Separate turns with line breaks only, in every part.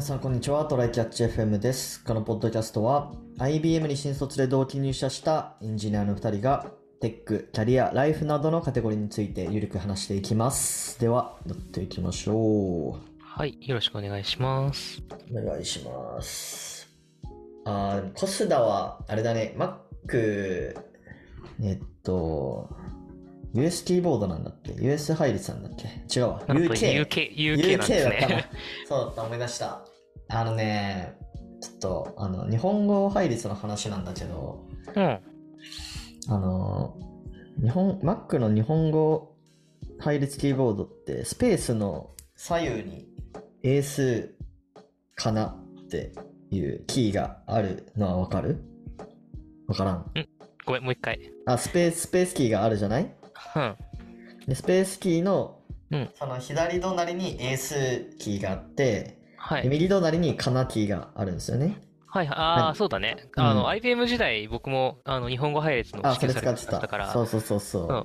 さん、こんにちは。トライキャッチ FM です。このポッドキャストは、IBM に新卒で同期入社したエンジニアの2人が、テック、キャリア、ライフなどのカテゴリーについてゆるく話していきます。では、やっていきましょう。
はい、よろしくお願いします。
お願いします。あーでもコスダは、あれだね、Mac、えっと、US キーボードなんだって。US 配列なんだっけ違うわ。
なんと UK、UK なんです
だったな
ね。。
そうだった、思い出した。あのね、ちょっと、あの、日本語配列の話なんだけど、
うん。
あの、日本、Mac の日本語配列キーボードって、スペースの左右に英数かなっていうキーがあるのはわかるわからん。
ごめん、もう一回。
あ、スペース、スペースキーがあるじゃない
うん。
で、スペースキーの、
うん
その左隣に英数キーがあって、
は
で
い。
右隣にかなキーがあるんですよね。
はい、あ
は
あ、
い
そうだね。
うん
あの、IBM 時代、僕も、あの、日本語配列の
あ、そ
支給
れ
さ
使
れ
って
て
た。
たから
そ、うそうそうそう。
うん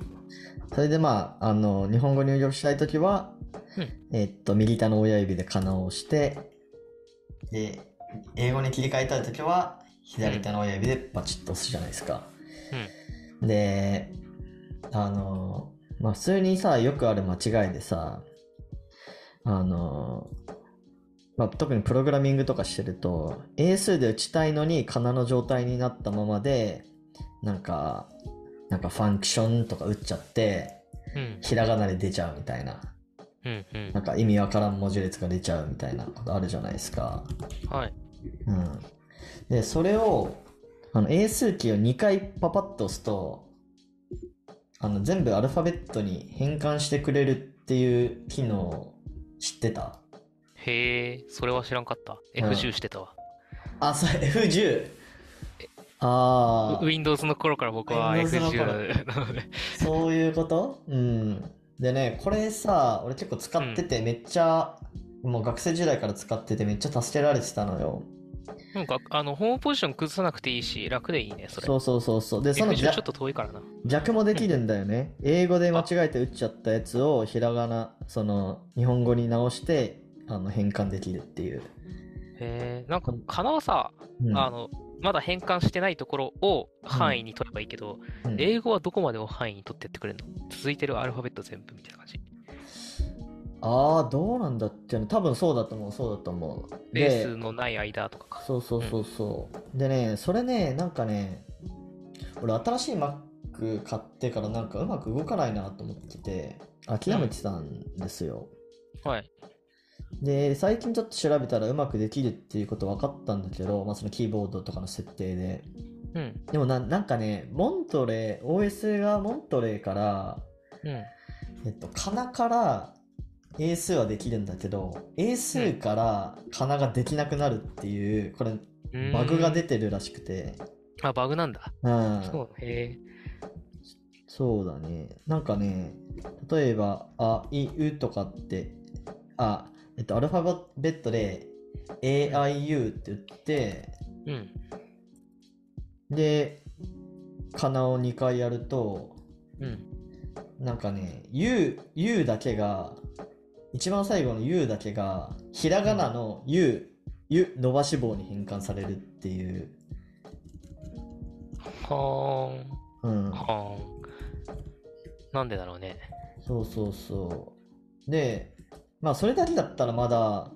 それでまあ、あの、日本語入力したいときは、
うん
えっと、右手の親指でかなを押して、で、英語に切り替えたいときは、左手の親指でバチッと押すじゃないですか。で、あの、まあ、普通にさ、よくある間違いでさ、あの、まあ、特にプログラミングとかしてると、英数で打ちたいのに、かなの状態になったままで、なんか、なんかファンクションとか打っちゃって、
うん。
ひらがなで出ちゃうみたいな、
うん、う
なんか意味わからん文字列が出ちゃうみたいなことあるじゃないですか。
ん。はい。
うん。で、それを、あの、英数キーを2回パパッと押すと、あの、全部アルファベットに変換してくれるっていう機能知ってた
へえ、それは知らんかった。
ん
F10 してたわ。
あ、それ F10! ああ、
Windows の頃から僕は
Windows の頃
F10 なので。
そういうことうん。でね、これさ、俺結構使っててめっちゃ、もう学生時代から使っててめっちゃ助けられてたのよ。
なんか、あの、ホームポジション崩さなくていいし、楽でいいね、それ。
そうそうそうそう。で、その
F10 ちょ
逆
っと遠いからな。
逆もできるんだよね。英語で間違えて打っちゃったやつをひらがな、その日本語に直してあの変換できるっていう。
へえ、なんか、かなはさ、
うん
あの、まだ変換してないところを範囲に取ればいいけど、
うん
英語はどこまでを範囲に取ってってくれるの続いてるアルファベット全部みたいな感じ。
ああ、どうなんだっけな。多分そうだと思う、そうだと思う。
レー
で
ス、のない間とかか。
そうそうそうそう。でね、それね、なんかね、俺新しい Mac 買ってからなんかうまく動かないなと思ってて、諦めてたんですよ。
はい。
で、最近ちょっと調べたらうまくできるっていうこと分かったんだけど、まあ、そのキーボードとかの設定で。
うん。
でもななんかね、モントレー、OS がモントレーから、
うん。
えっと、かなから英数はできるんだけど、英数からかなができなくなるっていう、これ、
うーん
バグが出てるらしくて。
あ、バグなんだ。
うん。
そう、へ
そうだね。なんかね、例えば、あ、い、うとかって、あ、えっと、アルファベットで、A, I, U って言って、
え。うん。
で、かなを2回やると、
うん。
なんかね、U、U だけが、一番最後の U だけが、ひらがなの U、U 伸ばし棒に変換されるっていう。
は
うん
ーん。。はーん。なんでだろうね。
そうそうそう。で、まあそれだけだったらまだ、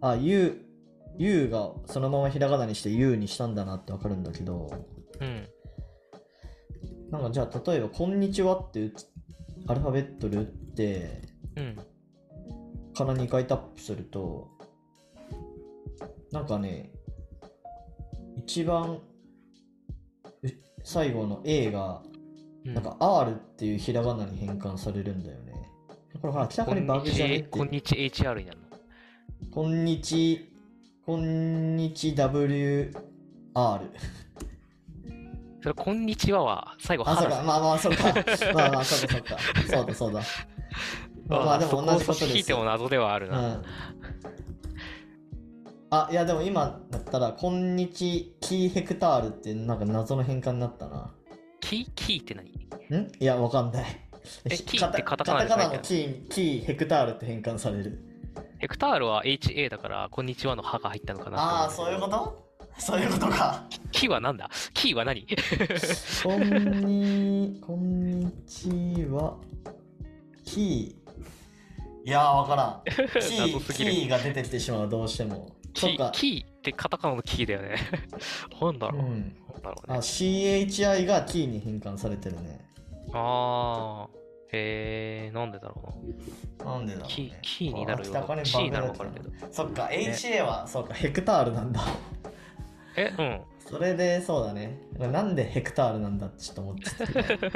あ、U、U がそのままひらがなにして U にしたんだなってわかるんだけど、
うん。
なんかじゃあ例えば、こんにちはって打つアルファベットで打って、
うん。
から2回タップするとなんかね一番う最後の A が
う
なんか R っていうひらがなに変換されるんだよねこれほら明ら
こ
かに
ん
バグ
に
じゃねっ
ち、
て
こんにち HR になるの。
こんにちこんにち WR
それ、こんにちはは、最後、
あそう
春
かまあまあそうかまあまあそうかそうかそうだそうだまあまあでも同じこと
聞
で
い
す
ても謎ではある
う
な。
んあいやでも今だったら「こんにちキーヘクタール」ってなんか謎の変換になったな
キー、キーって何
んいやわかんない
え
ひ
キーってカタカナ
カタカナ
で書いてあ
の
る
キーキーヘクタールって変換される
ヘクタールは HA だから、こんにちはの歯が入ったのかなと思
ああ、
んだけ
そ
ど
ういうことそういうこと か。
キーはなんだキーは何
こんに、こんにちは。キー。いやー、わからん。キ
謎
ー、
す
キ
ぎる
ーが出てきてしまう、どうしても。
キ
そっ
ー
か。
キーってカタカナのキーだよね。 なんだ
う
ろう、なん
ん。
だろう
あ、
ね。
CHI がキーに変換されてるね。
あー。へえー、なんでだろう
なんでだろ
な。
う、
キ
ね
ー、。キーになるよ
こう。
C になるわ
明
からる
か
け
にバ。グ
ど
れてそっか、HA は、そうか、ヘクタールなんだ。
え、うん。
それで、そうだね。なんでヘクタールなんだってちょっと思って たけど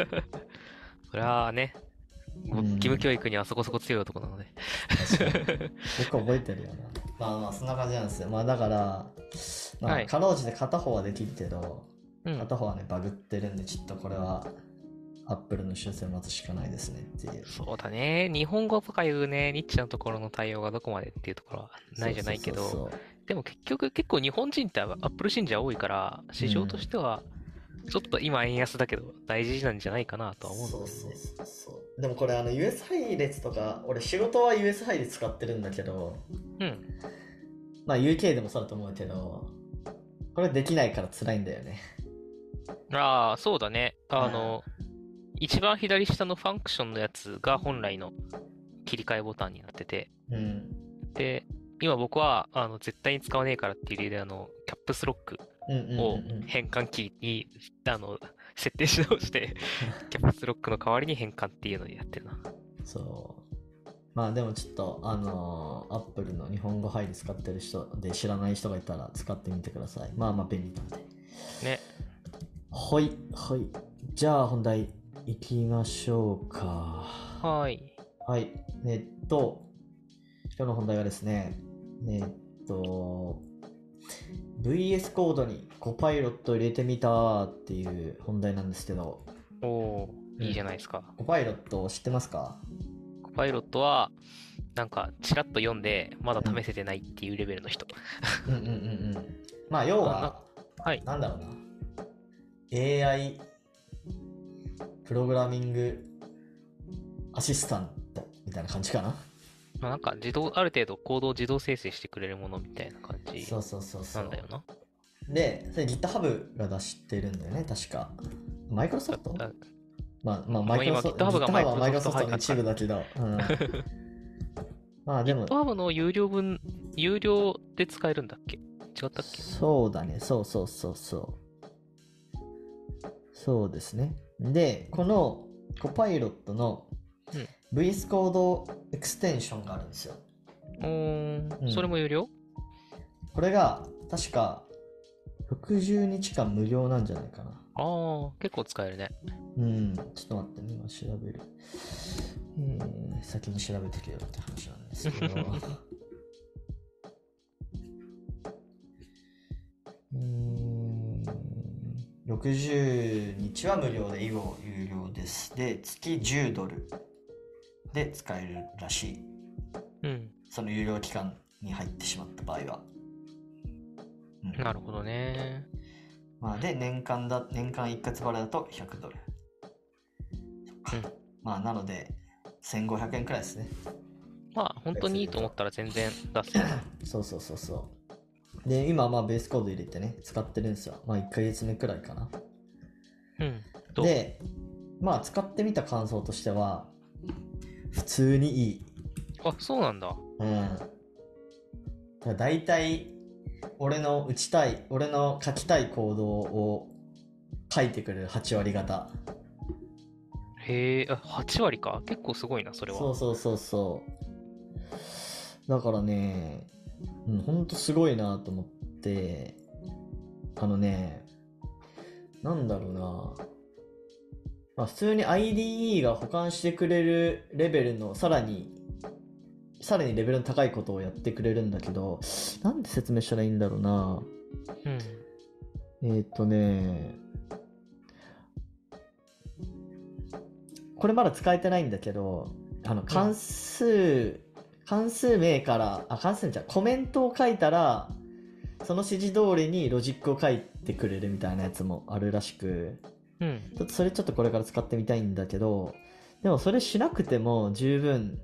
そりゃあね、
う
義
ん
務教育にはそこそこ強い男なので。
確かによく覚えてるよな。まあまあ、そんな感じなんですよ。まあだから、ま
は
あ、
い
かろうじて片方はできるけど、
うん。
片方はね、バグってるんで、ちょっとこれは、アップルの修正を待つしかないですねっていう。
そうだね。日本語とかいうね、ニッチなところの対応がどこまでっていうところはないじゃないけ
そう
ど、
そうそう
でも結局結構日本人ってアップル信者多いから、市場としては、ちょっと今円安だけど大事なんじゃないかなとは思うん
そ
だよ
う
ね。
そうそうそうでもこれあの US 配列とか俺仕事は US 配列使ってるんだけど
うん。
まあ UK でもそうだと思うけどこれできないから辛いんだよね
ああ、そうだね。あの、一番左下のファンクションのやつが本来の切り替えボタンになってて、
うん
で、今僕はあの絶対に使わねえからっていう理由であの、キャップスロック
うんうんうん
を
うん
変換キーに、あの設定し直 して、キャップスロックの代わりに変換っていうのでやってるな。
そうまあでもちょっとあのアップルの日本語配列使ってる人で知らない人がいたら使ってみてくださいまあまあ便利なんで
ね
ほいほいじゃあ本題いきましょうか
はーい。
はい。えっと、今日の本題はですね、えっと、VS コードにコパイロット入れてみたっていう本題なんですけど、
おおー、いいじゃないですか。
コパイロット知ってますか
コパイロットは、なんか、ちらっと読んで、まだ試せてないっていうレベルの人。
うんうんうんうん。まあ、要は、
はい。
なんだろうな、AI、プログラミング、アシスタントみたいな感じかな。
まあ、なんか、自動、ある程度行動を自動生成してくれるものみたいな感じ
そうそうそうそ
な
う。
んだよな。
で、それ GitHub が出してるんだよね、確か。マイクロソフト
あ
まあ、まあ、
まあ
マイクロソフト、
今 GitHub が
GitHub はマイクロソフト
Microsoft
の一部だけど、 うん、まあでも、
GitHub の有料分、有料で使えるんだっけ違ったっけ
そうだね、そうそうそうそう。そうですね。で、このコパイロットの
う
VS コードエクステンションがあるんですよ。
うー、
うんん
それも有料
これが、確か、60日間無料なんじゃないかな。
ああ、結構使えるね。
うん、ちょっと待ってね、今調べる。えー先に調べてけよって話なんですけど。 うーん60日は無料で、以後有料です。で、月10ドルで使えるらしい。
うん。
その有料期間に入ってしまった場合は。うん
なるほどね。
まあ、で年間だ年間一括払いだと100ドル。そっか
う
まあなので1500円くらいですね。
まあ、本当にいいと思ったら全然 出せる。
そうそうそうそう。で今まあベースコード入れてね使ってるんですよ。まあ1ヶ月目くらいかな。
うん。どう
でまあ使ってみた感想としては普通にいい。
あ、そうなんだ。
うん。だいたい俺の打ちたい俺の書きたい行動を書いてくれる8割方。
へえ、あ8割か。結構すごいな、それは。
そうそうそうそうだからね、うん、ほんとすごいなと思ってあのねなんだろうな、まあ、普通に IDE が保管してくれるレベルのさらにさらにレベルの高いことをやってくれるんだけどなんて説明したらいいんだろうな
うん。
えーっ、とね、これまだ使えてないんだけど、あの関数、関数名から、あ、関数名じゃないコメントを書いたら、その指示通りにロジックを書いてくれるみたいなやつもあるらしく、
うん。
ちょっとそれちょっとこれから使ってみたいんだけど、でもそれしなくても十分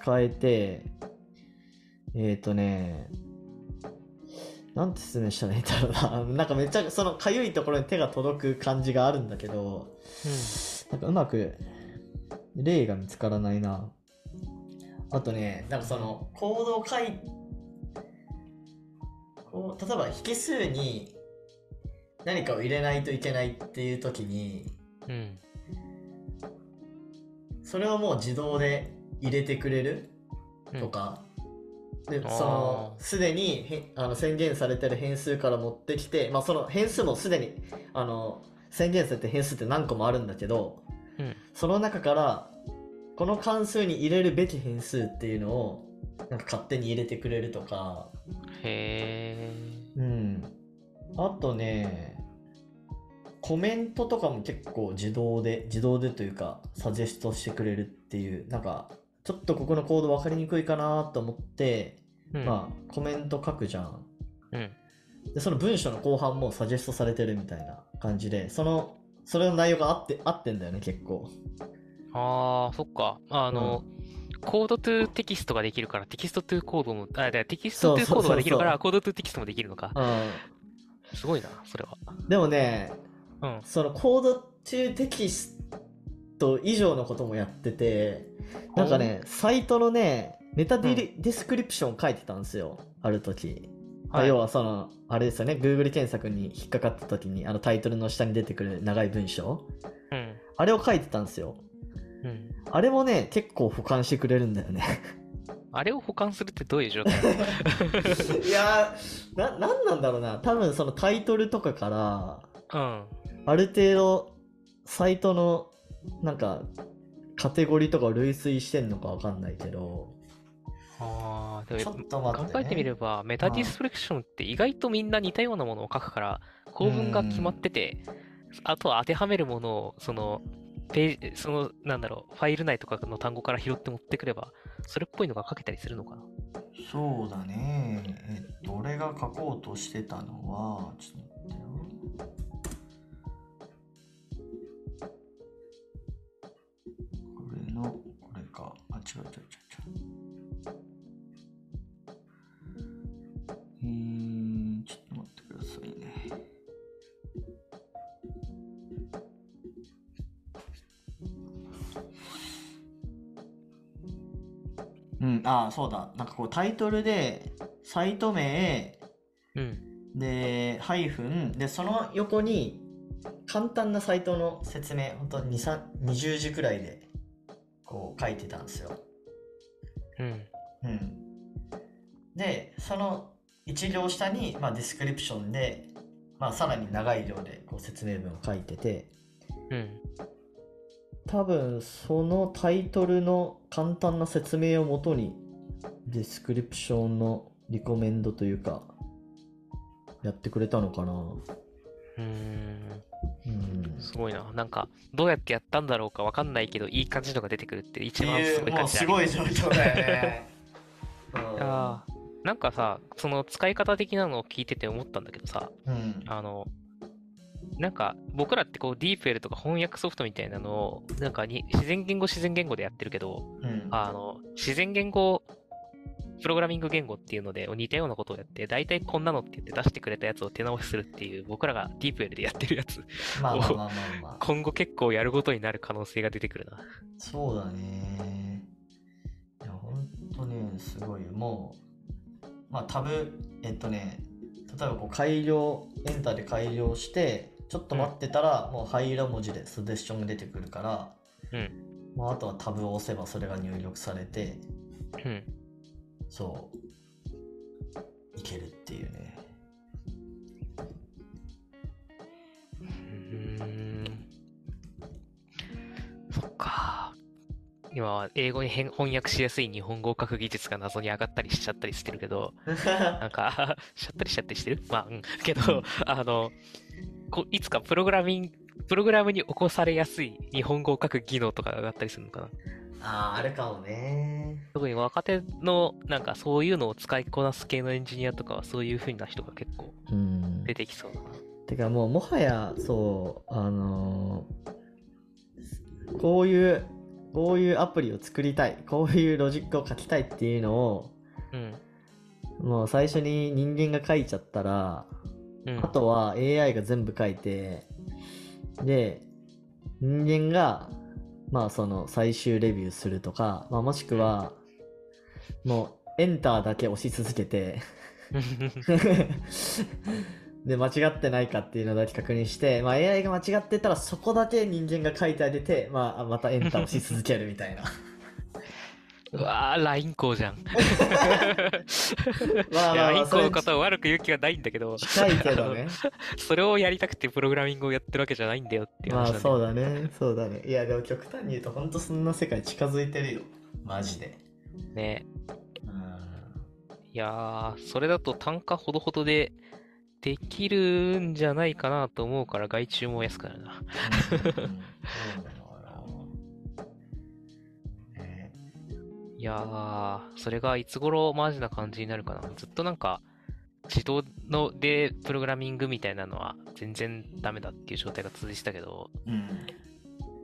使えて、えっ、ー、とね、なんて説明したらいいんだろうな。 なんかめっちゃ、その、かゆいところに手が届く感じがあるんだけど、なんかうまく、例が見つからないな。あとね、なんかその、行動書い、こう、例えば引数に何かを入れないといけないっていう時に、
うん。うん。
それをもう自動で入れてくれる
うん
と。か、
あ
で
ー
そのすでにへあの宣言されてる変数から持ってきて、まあ、その変数もすでにあの宣言されてる変数って何個もあるんだけど
うん。
その中からこの関数に入れるべき変数っていうのをなんか勝手に入れてくれるとか
へ
うんあとねコメントとかも結構自動で自動でというかサジェストしてくれるっていうなんかちょっとここのコード分かりにくいかなと思って
え。うん。
まあコメント書くじゃん
うん。
でその文章の後半もサジェストされてるみたいな感じでそのそれの内容が合って合ってんだよね結構
ああ、そっか。あの、コードトゥテキストができるから、テキストトゥコードも、あ、だからテキストトゥコードができるから、コードトゥテキストもできるのか。すごいな、それは。
でもね
うん。
そのコード中テキスト以上のこともやっててなんかねサイトのねメタディリディスクリプション書いてたんですよある時、
はい
要はそのあれですよね Google 検索に引っかかった時にあのタイトルの下に出てくる長い文章
うん。
あれを書いてたんですよ
うん。
あれもね結構保管してくれるんだよ ね
あれを保管するってどういう状態
いやーな、なんなんだろうな。多分そのタイトルとかから、
うん。
ある程度、サイトの、なんか、カテゴリーとかを類推してんのかわかんないけど。
ああ、でもやっぱ
と
考えてみれば、メタディスプレクションって意外とみんな似たようなものを書くから、構文が決まってて、あとは当てはめるものを、その、ページ、その、なんだろう、ファイル内とかの単語から拾って持ってくれば、それっぽいのが書けたりするのかな。
そうだね。えっと、俺が書こうとしてたのは、ちょっと待ってよ。これの、これか。あ、違う違う違う違う。うーん、ちょっと待ってくださいね。うん、ああ、そうだ。なんかこうタイトルで、サイト名、
うん。
で、ハイフン、で、その横に、簡単なサイトの説明、ほんと2、3 20字くらいで、こう書いてたんですよ。
うん。
うん。で、その1行下に、まあ、ディスクリプションで、まあ、さらに長い行でこう説明文を書いてて、
うん。
多分そのタイトルの簡単な説明をもとにディスクリプションのリコメンドというかやってくれたのかな
うーん。
うん
すごいな。なんか、どうやってやったんだろうかわかんないけど、いい感じのが出てくるって一番すごい感じだね
い状況だよね
いやーなんかさ、その使い方的なのを聞いてて思ったんだけどさ、
うん
あの、なんか僕らってこう DeepL とか翻訳ソフトみたいなのをなんかに自然言語自然言語でやってるけど
うん
あの自然言語プログラミング言語っていうので似たようなことをやって大体こんなのって言って出してくれたやつを手直しするっていう僕らが DeepL でやってるやつ
まあまあまあまあ、まあ、
今後結構やることになる可能性が出てくるな
そうだねいやほんとねすごいよもうまあタブえっとね例えばこう改良エンターで改良してちょっと待ってたら、もう灰色文字でスデッションが出てくるから、
うん
まあ、あとはタブを押せばそれが入力されて
うん
そういけるっていう ね
うーんそっか今は英語に変翻訳しやすい日本語を書く技術が謎に上がったりしちゃったりしてるけどなんか、 しちゃったりしちゃったりしてるまあ、うん。け
う
ど
ん、
あの、こいつかプログラミング、プログラムに起こされやすい日本語を書く技能とかが上がったりするのかな。
あああるかもね
特に若手の、なんかそういうのを使いこなす系のエンジニアとかはそういう風な人が結構
うん
出てきそうだな。
てかもうもはやそうあのーこういうこういうアプリを作りたいこういうロジックを書きたいっていうのを
うん。
もう最初に人間が書いちゃったら、
うん
あとは AI が全部書いて、で、人間が、まあその最終レビューするとか、まあ、もしくは、もうエンターだけ押し続けて、 で、間違ってないかっていうのだけ確認して、まあ AI が間違ってたらそこだけ人間が書いてあげて、まあまたエンター押し続けるみた いな。
うわー、ライン校じゃん。
まあ ま
いや
あ
ライ
ま
ン
あ、
校
そ
の
れ
方は悪く言う気がないんだけど、
近いけどね。
それをやりたくてプログラミングをやってるわけじゃないんだよっていう
ま
話
あ
なんだ
そ
よ
うだね、そうだね。いやでも極端に言うと、ほんとそんな世界近づいてるよ。マジで。
ね。
うん。
いやー、それだと単価ほどほどでできるんじゃないかなと思うから、外注も安くなるな。いやー、それがいつ頃マジな感じになるかな。ずっとなんか、自動のでプログラミングみたいなのは全然ダメだっていう状態が続いてたけど、
うん。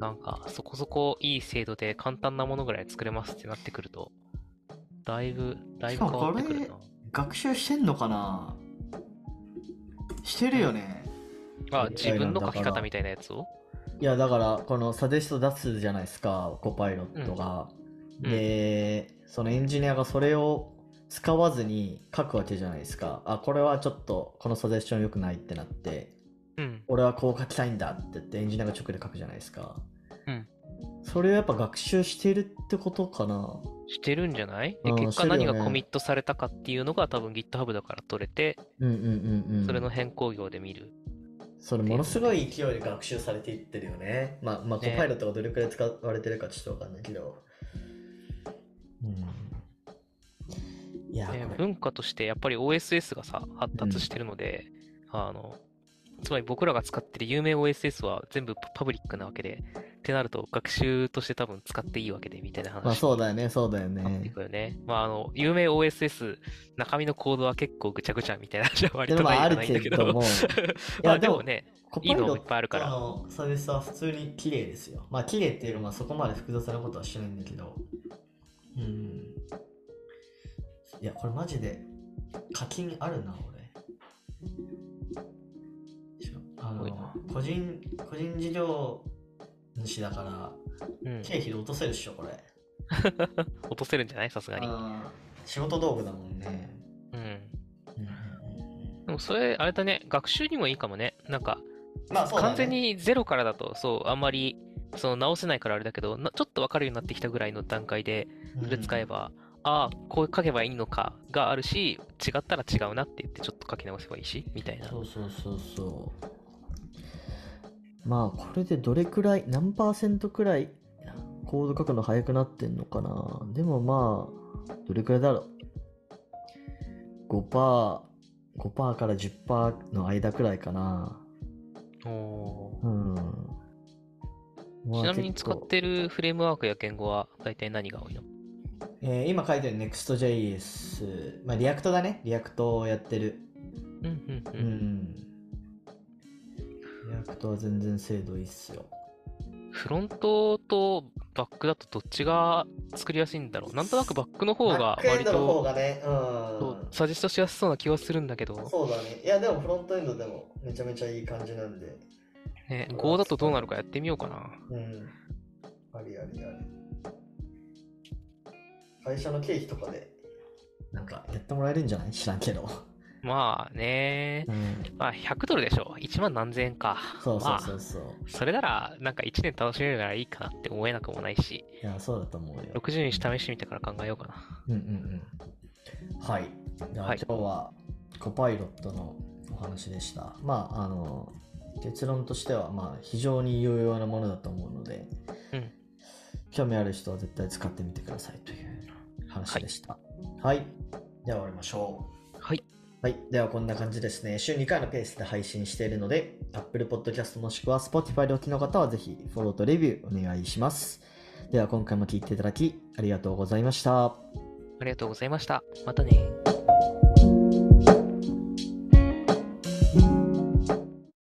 なんかそこそこいい精度で簡単なものぐらい作れますってなってくると、だいぶ、だいぶ変わってくる
しか
な。
学習してんのかなしてるよね。
あ、
AI
自分の書き
なんだか
方
ら
みたいなやつを
いやだからこのサジェスト出すじゃないですかコパイロットが、
うん
でそのエンジニアがそれを使わずに書くわけじゃないですかあこれはちょっとこのサジェスション良くないってなって
うん。
俺はこう書きたいんだって言ってエンジニアが直で書くじゃないですか、
うん
それをやっぱ学習してるってことかな
してるんじゃないで、
うん
結
して
果
るよ
何
ね
がコミットされたかっていうのが多分 GitHub だから取れて、
うんうんうんうん
それの変更業で見る。
それものすごい勢いで学習されていってるよねまあまあコ
ね
パイロットがどれくらい使われてるかちょっとわかんないけど、うんいや、
ね
これ
文化としてやっぱり OSS がさ発達してるので、あのつまり僕らが使ってる有名 OSS は全部パブリックなわけでってなると学習として多分使っていいわけでみたいな話
まあそうだよねそうだよ
になってい
ね
くよね。まああの有名 OSS 中身のコードは結構ぐちゃぐちゃみたいな話は割
で
と
もま
ない
ああ
は
る
ないんだ
けど
け ど
も
ま
や
あでもね
コ
いい
パイ
の
ロ
もい
ッ
っぱいある
ト
から
のサービスは普通に綺麗ですよまあ綺麗っていうのはそこまで複雑なことはしないんだけどうんいやこれマジで課金あるな俺ちょあ
すごい
の
な
個人個人事業主だから
うん、
経費で落とせるっしょこれ
落とせるんじゃないさすがに、
あー仕事道具だもんね
うん。
うんうんうん
でもそれあれだね学習にもいいかもね。なんか
まあそうだ、ね、
完全にゼロからだとそうあんまりその直せないからあれだけどなちょっと分かるようになってきたぐらいの段階でそれ使えば、ああこう書けばいいのかがあるし違ったら違うなって言ってちょっと書き直せばいいしみたいな
そうそうそうそうまあこれでどれくらい何パーセントくらいコード書くの早くなってんのかなでもまあどれくらいだろう5パー5パーから10パーの間くらいかな
お
うんまあ
ちなみに
結
使
構
ってるフレームワークや言語は大体何が多いの
えー今書いてる Next.js まあリアクトだねリアクトをやってる
うんうんう、
うんんリアクトは全然精度いいっすよ
フロントとバックだとどっちが作りやすいんだろうなんとなくバックの方
バ
が
ックエン
割
ドの方
と
がね、う。
そうんサジェストしやすそうな気はするんだけど、
そうだね。いや、でもフロントエンドでもめちゃめちゃいい感じなんで。
ね、Go だとどうなるかやってみようかな
うん。ありありあり。会社の経費とかで、なんかやってもらえるんじゃない知らんけど。
まあね
うん。
まあ100ドルでしょ1万何千円か
そうそうそ
まあ
うそう。
それならなんか1年楽しめるならいいかなって思えなくもないし
いや、そうだと思うよ。
60日試してみてから考えようかな
うんうんうん。はい。じゃあ、
はい
今日はコパイロットのお話でした。まあ、あの、結論としては、まあ、非常に有用なものだと思うので、
うん
興味ある人は絶対使ってみてくださいという話でした。はい。では終わりましょう。
はい
はい。ではこんな感じですね。週2回のペースで配信しているので、Apple Podcast もしくは Spotify でお聞きの方はぜひフォローとレビューお願いします。では今回も聞いていただきありがとうございました。
ありがとうございましたまたね